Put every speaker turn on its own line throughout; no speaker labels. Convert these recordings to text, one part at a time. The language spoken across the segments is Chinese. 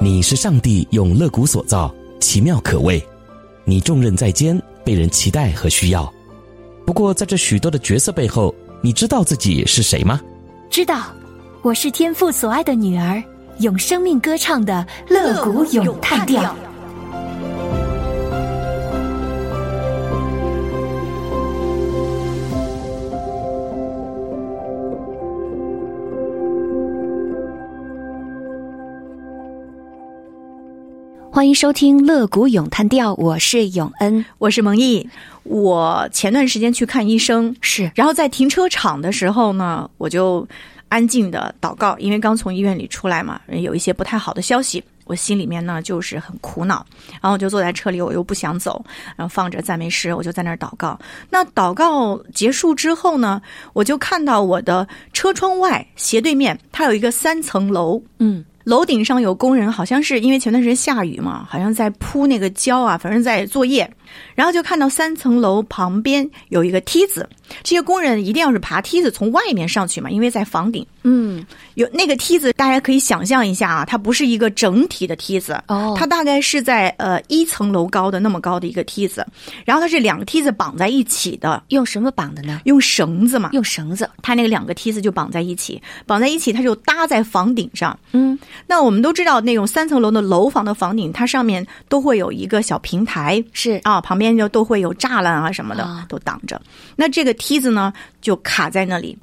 你是上帝用乐谷所造，奇妙可畏。你重任在肩，被人期待和需要。不过，在这许多的角色背后，你知道自己是谁吗？
知道，我是天父所爱的女儿，用生命歌唱的乐谷咏叹调。
欢迎收听《乐谷咏叹调》，我是永恩。
我是蒙毅。我前段时间去看医生，
是
然后在停车场的时候呢，我就安静的祷告，因为刚从医院里出来嘛，有一些不太好的消息，我心里面呢就是很苦恼。然后我就坐在车里，我又不想走，然后放着赞美诗，我就在那儿祷告。那祷告结束之后呢，我就看到我的车窗外斜对面，它有一个三层楼，
嗯，
楼顶上有工人，好像是因为前段时间下雨嘛，好像在铺那个胶啊，反正在作业。然后就看到三层楼旁边有一个梯子，这些工人一定要是爬梯子从外面上去嘛，因为在房顶。
嗯，
有那个梯子，大家可以想象一下啊，它不是一个整体的梯子，
哦
它大概是在呃一层楼高的那么高的一个梯子，然后它是两个梯子绑在一起的，
用什么绑的呢？
用绳子嘛，
用绳子。
它那个两个梯子就绑在一起，绑在一起，它就搭在房顶上。
嗯，
那我们都知道，那种三层楼的楼房的房顶，它上面都会有一个小平台，
是
啊，旁边就都会有栅栏啊什么的、
啊
都挡着。那这个梯子呢，就卡在那里。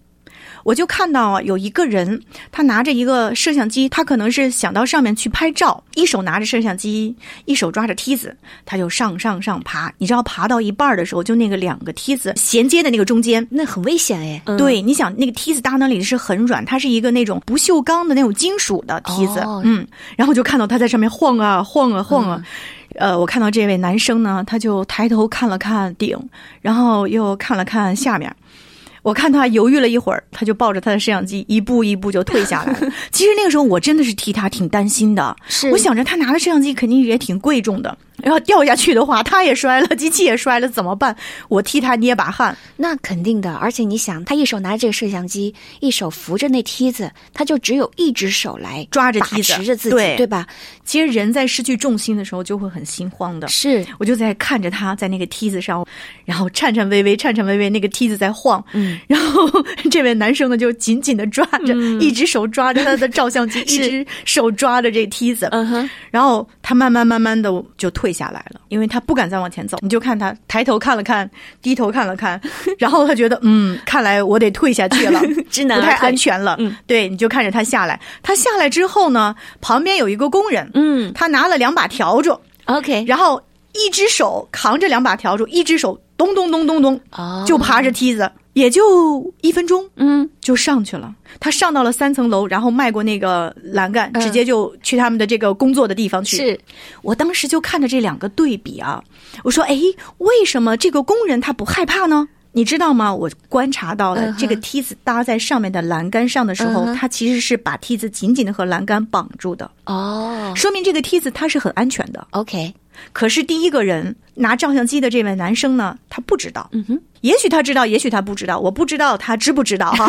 我就看到啊，有一个人，他拿着一个摄像机，他可能是想到上面去拍照，一手拿着摄像机，一手抓着梯子，他就上上上爬。你知道，爬到一半儿的时候，就那个两个梯子衔接的那个中间，
那很危险哎。
对，你想那个梯子搭那里是很软，它是一个那种不锈钢的那种金属的梯子，
哦嗯
嗯，然后我就看到他在上面晃啊晃啊晃啊，呃，我看到这位男生呢，他就抬头看了看顶，然后又看了看下面。我看他犹豫了一会儿，他就抱着他的摄像机一步一步就退下来了。 其实那个时候我真的是替他挺担心的，
是
我想着他拿的摄像机肯定也挺贵重的，然后掉下去的话，他也摔了，机器也摔了，怎么办？我替他捏把汗。
那肯定的。而且你想，他一手拿着这个摄像机，一手扶着那梯子，他就只有一只手来
抓着梯子
把持着自己，
对
对吧？
其实人在失去重心的时候就会很心慌的。
是，
我就在看着他在那个梯子上，然后颤颤巍巍、颤颤巍巍，那个梯子在晃。
嗯，
然后这位男生呢，就紧紧的抓着，一只手抓着他的 照相机，一只手抓着这梯子。
嗯哼，
然后他慢慢慢慢的就退下来了，因为他不敢再往前走。你就看他抬头看了看，低头看了 看，然后他觉得嗯，看来我得退下去了，
知难而
不太
退
安全了。
嗯，
对，你就看着他下来。他下来之后呢，旁边有一个工人，
嗯
他拿了两把笤帚，
，OK，
然后一只手扛着两把笤帚，一只手咚咚咚咚咚
哦
就爬着梯子，也就一分钟
嗯，
就上去了。他上到了三层楼，然后迈过那个栏杆，
嗯
直接就去他们的这个工作的地方去。
是
我当时就看着这两个对比啊，我说：“哎，为什么这个工人他不害怕呢？”你知道吗？我观察到了
嗯哼
这个梯子搭在上面的栏杆上的时候
嗯哼
他其实是把梯子紧紧的和栏杆绑住的，
哦
说明这个梯子它是很安全的。
，OK，
可是第一个人拿照相机的这位男生呢，他不知道。
嗯哼，
也许他知道，也许他不知道，我不知 道他知不知道哈，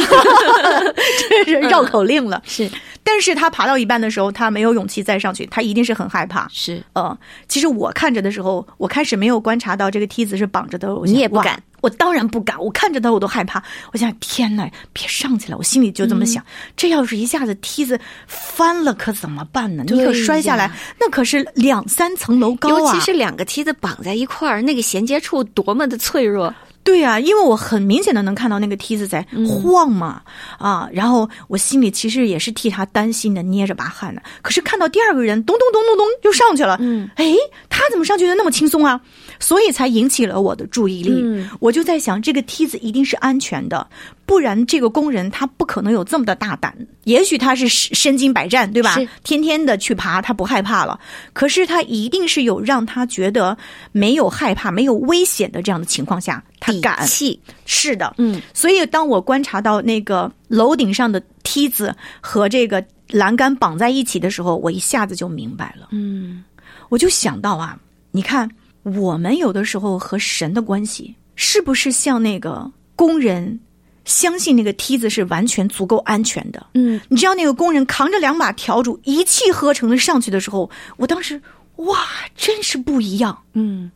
这是绕口令了。
嗯是
但是他爬到一半的时候，他没有勇气再上去，他一定是很害怕。
是，
嗯，其实我看着的时候，我开始没有观察到这个梯子是绑着的，我想
你也不。敢
哇我当然不敢，我看着他我都害怕。我想，天哪，别上去了！我心里就这么想，
嗯
这要是一下子梯子翻了，可怎么办呢？你
对
可摔下来
呀，
那可是两三层楼高啊！
尤其是两个梯子绑在一块儿，那个衔接处多么的脆弱。
对呀、因为我很明显的能看到那个梯子在
嗯
晃嘛，啊，然后我心里其实也是替他担心的，捏着把汗的。可是看到第二个人咚咚咚咚咚就上去了，嗯，哎，他怎么上去的那么轻松啊？所以才引起了我的注意力。
嗯
我就在想，这个梯子一定是安全的，不然这个工人他不可能有这么的大胆。也许他是身身经百战，对吧
是？
天天的去爬，他不害怕了。可是他一定是有让他觉得没有害怕、没有危险的这样的情况下，他
底
敢。
气，
是的，
嗯，
所以当我观察到那个楼顶上的梯子和这个栏杆绑在一起的时候，我一下子就明白了。嗯，我就想到啊，你看，我们有的时候和神的关系是不是像那个工人相信那个梯子是完全足够安全的。
嗯，
你知道那个工人扛着两把笤帚一气呵成的上去的时候，我当时哇，真是不一样，
嗯，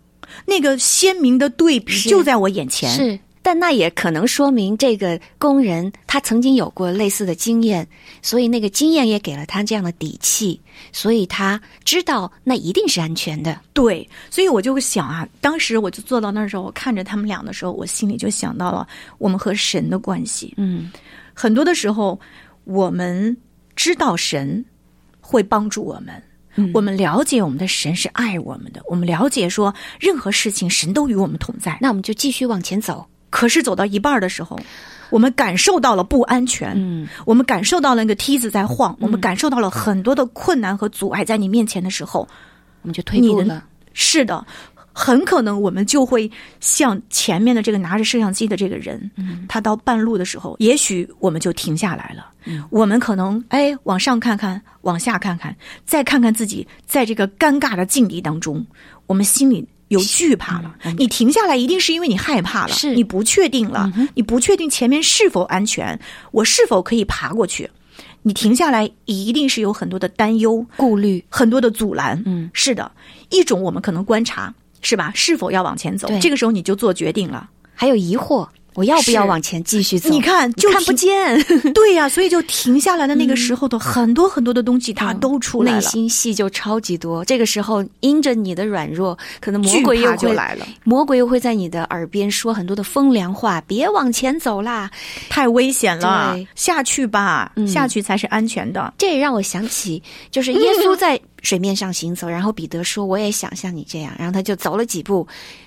那个鲜明的对比就在我眼前。
是，但那也可能说明这个工人他曾经有过类似的经验，所以那个经验也给了他这样的底气，所以他知道那一定是安全的。
对，所以我就想啊，当时我就坐到那儿的时候，我看着他们俩的时候，我心里就想到了我们和神的关系。
嗯，
很多的时候，我们知道神会帮助我们，我们了解我们的神是爱我们的，我们了解说任何事情神都与我们同在。
那我们就继续往前走。
可是走到一半儿的时候，我们感受到了不安全，
嗯，
我们感受到了那个梯子在晃，我们感受到了很多的困难和阻碍在你面前的时候，
我们就退
你
步
的
了。
是的，很可能我们就会像前面的这个拿着摄像机的这个人，他到半路的时候，也许我们就停下来了。我们可能哎往上看看，往下看看，再看看自己在这个尴尬的境地当中，我们心里。有惧怕了，你停下来一定是因为你害怕了，
是
你不确定了，你不确定前面是否安全，我是否可以爬过去。你停下来一定是有很多的担忧、
顾虑，
很多的阻拦。嗯，是的，一种我们可能观察，是吧？是否要往前走
对？
这个时候你就做决定 了。
还有疑惑，我要不
是
要往前继续走？
你看就
看不
停
见，
对呀、所以就停下来的那个时候的很多很多的东西，它都出
嗯
来
内
了。
心戏就超级多。这个时候，因着你的软弱，可能魔
惧
鬼又
怕
会
就来了，
魔鬼又会在你的耳边说很多的风凉话，别往前走啦。
太危险了
对，嗯
下去吧，下去才是安全的。
这也让我想起，就是
嗯
耶稣在水面上行走，然后彼得说：“我也想像你这样。”然后他就走了几步，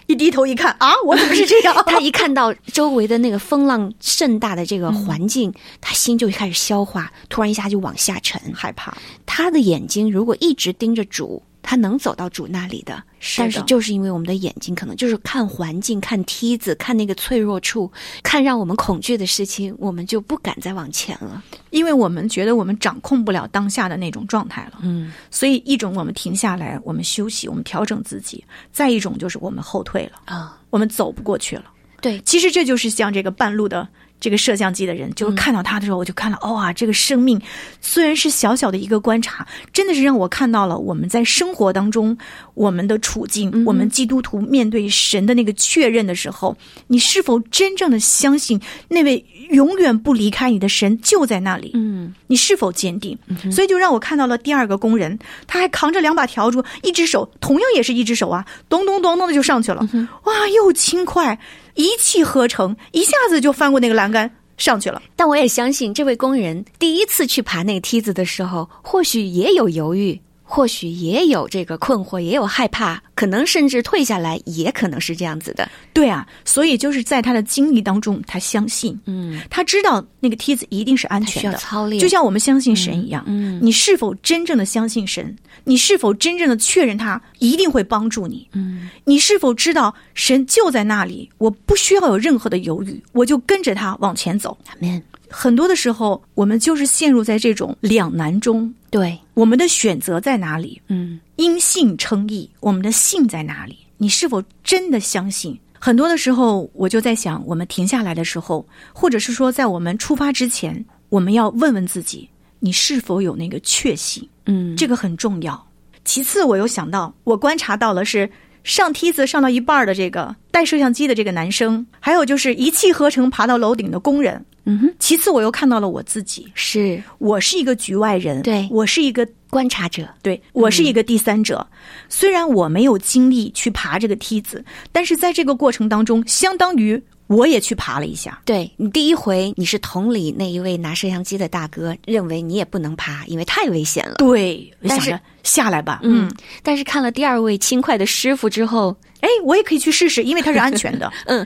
一低头一看啊，我怎么是 这样？
他一看到周围的那个风浪甚大的这个环境，他心就开始消化，突然一下就往下沉。
害怕，
他的眼睛如果一直盯着主，他能走到主那里的。
是
但
的
是就是因为我们的眼睛可能就是看环境、看梯子、看那个脆弱处、看让我们恐惧的事情，我们就不敢再往前了。
因为我们觉得我们掌控不了当下的那种状态了，
嗯，
所以一种我们停下来，我们休息，我们调整自己；再一种就是我们后退了，
啊、
我们走不过去了。
对，
其实这就是像这个半路的这个摄像机的人，就是看到他的时候，我就看到，哇、这个生命虽然是小小的一个观察，真的是让我看到了我们在生活当中我们的处境，我们基督徒面对神的那个确认的时候，你是否真正的相信那位永远不离开你的神就在那里？
嗯，
你是否坚定？所以就让我看到了第二个工人，他还扛着两把笤帚，一只手同样也是一只手啊，咚咚咚咚的就上去了，哇，又轻快，一气呵成，一下子就翻过那个栏杆上去了。
但我也相信，这位工人第一次去爬那个梯子的时候，或许也有犹豫，或许也有这个困惑，也有害怕，可能甚至退下来，也可能是这样子的。
对啊，所以就是在他的经历当中，他相信，
嗯，
他知道那个梯子一定是安
需
全
要
的。
操练，
就像我们相信神一样，
嗯
你是否真正的相信神？你是否真正的确认他一定会帮助你？
嗯，
你是否知道神就在那里？我不需要有任何的犹豫，我就跟着他往前走。
Amen
很多的时候，我们就是陷入在这种两难中，
对，
我们的选择在哪里？
嗯，
因信称义，我们的信在哪里？你是否真的相信？很多的时候，我就在想，我们停下来的时候，或者是说在我们出发之前，我们要问问自己，你是否有那个确信？
嗯，
这个很重要。其次，我又想到，我观察到了是上梯子上到一半儿的这个带摄像机的这个男生，还有就是一气呵成爬到楼顶的工人。
嗯哼，
其次，我又看到了我自己，
是
我是一个局外人，
对
我是一个
观察者，
对我是
嗯
一个第三者，虽然我没有精力去爬这个梯子，但是在这个过程当中，相当于我也去爬了一下。
对你第一回你是同理那一位拿摄像机的大哥，认为你也不能爬，因为太危险了。
对，
但
但
是
是下来吧，
嗯，，但是看了第二位轻快的师傅之后，
哎，我也可以去试试，因为它是安全的。
嗯，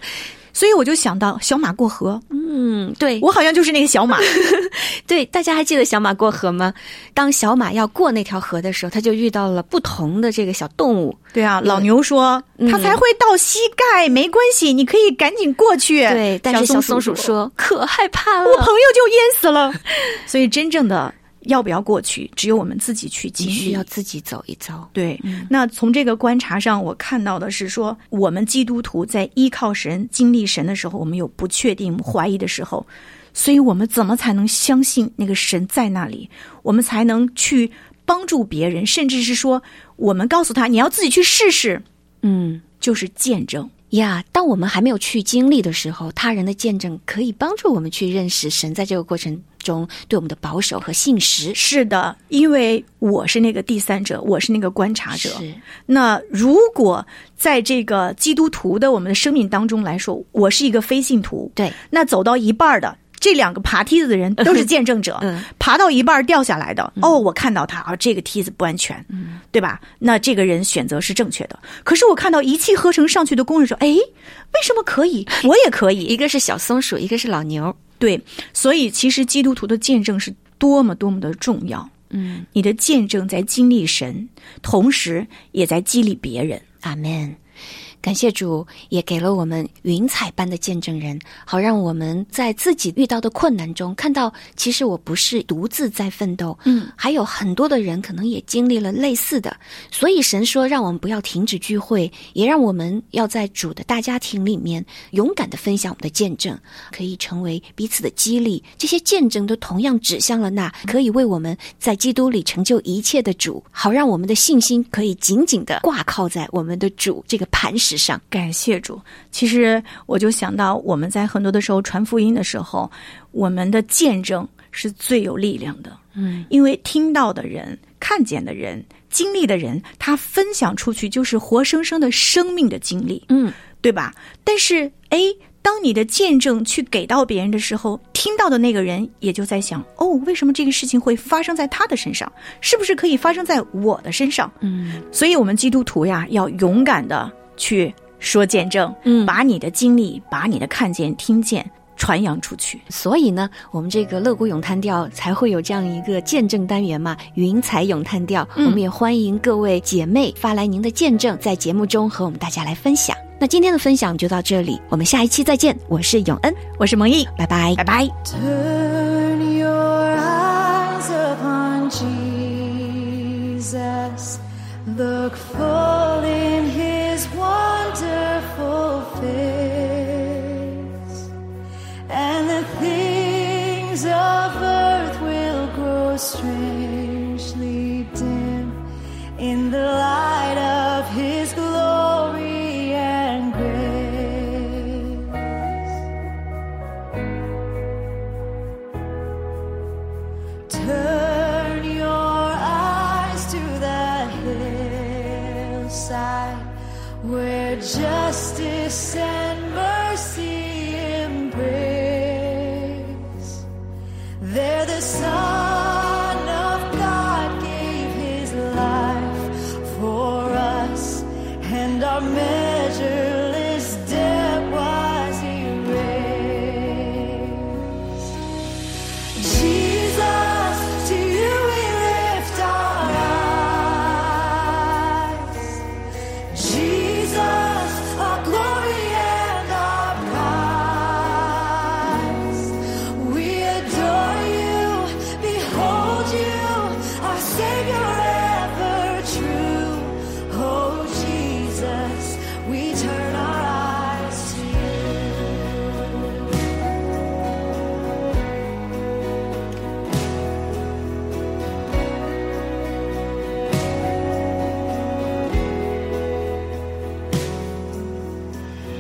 所以我就想到小马过河，
嗯，对
我好像就是那 个小马。
对，大家还记得小马过河吗？当小马要过那条河的时候，他就遇到了不同的这个小动物。
对啊，
嗯
老牛说它才会到膝盖，没关系，你可以赶紧过去。
对，但是小松鼠
说
说可害怕
我朋
了。
友就淹死了。所以真正的要不要过去，只有我们自己去
必
经
须
历
要。自己走一遭。
对，
嗯
那从这个观察上，我看到的是说，我们基督徒在依靠神、经历神的时候，我们有不确定、怀疑的时候，所以我们怎么才能相信那个神在那里？我们才能去帮助别人，甚至是说，我们告诉他你要自己去试试，
嗯，
就是见证。
呀，当我们还没有去经历的时候，他人的见证可以帮助我们去认识神在这个过程中对我们的保守和信实。
是的，因为我是那个第三者，我是那个观察者。
是，
那如果在这个基督徒的我们的生命当中来说，我是一个非信徒，
对，
那走到一半儿的这两个爬梯子的人都是见证者，
嗯
爬到一半儿掉下来的，哦，我看到他啊，这个梯子不安全，
嗯
对吧？那这个人选择是正确的。可是我看到一气呵成上去的工人说：“哎，为什么可 以？我也可以。”
一个是小松鼠，一个是老牛。
对，所以其实基督徒的见证是多么多么的重要。
嗯，
你的见证在经历神，同时也在激励别人。
阿门。感谢主，也给了我们云彩般的见证人，好让我们在自己遇到的困难中看到，其实我不是独自在奋斗，嗯，还有很多的人可能也经历了类似的。所以神说，让我们不要停止聚会，也让我们要在主的大家庭里面勇敢的分享我们的见证，可以成为彼此的激励。这些见证都同样指向了那可以为我们在基督里成就一切的主，好让我们的信心可以紧紧的挂靠在我们的主这个磐石上。
感谢主。其实我就想到，我们在很多的时候传福音的时候，我们的见证是最有力量的。嗯，因为听到的人、看见的人、经历的人，他分享出去就是活生生的生命的经历。
嗯，
对吧？但是，哎，当你的见证去给到别人的时候，听到的那个人也就在想：哦，为什么这个事情会发生在他的身上？是不是可以发生在我的身上？嗯，所以我们基督徒呀，要勇敢的去说见证，
嗯
把你的经历，把你的看见、听见传扬出去。
所以呢，我们这个乐谷咏叹调才会有这样一个见证单元嘛，云彩咏叹调。
嗯
我们也欢迎各位姐妹发来您的见证，在节目中和我们大家来分享。那今天的分享就到这里，我们下一期再见。我是永恩，
我是蒙毅，
拜拜。
拜拜。
Turn your eyes upon Jesus. Look full in his wonderful face. And the things of earth will grow strangely dim in the light of his glory and grace. Turn your eyes to the hillside where justice and mercy embrace. There the Son of God gave his life for us, and our measureless debt was erased. Jesus, to you we lift our eyes. Jesus, our glory and our prize. We adore you, behold you, our Savior ever true. Oh, Jesus, we turn our eyes to you.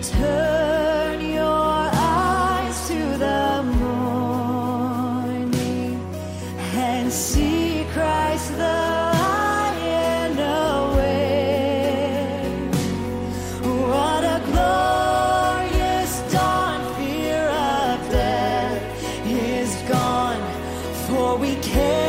Turn your eyes to the morning and see Christ the Lion away. What a glorious dawn! Fear of death is gone, for we can.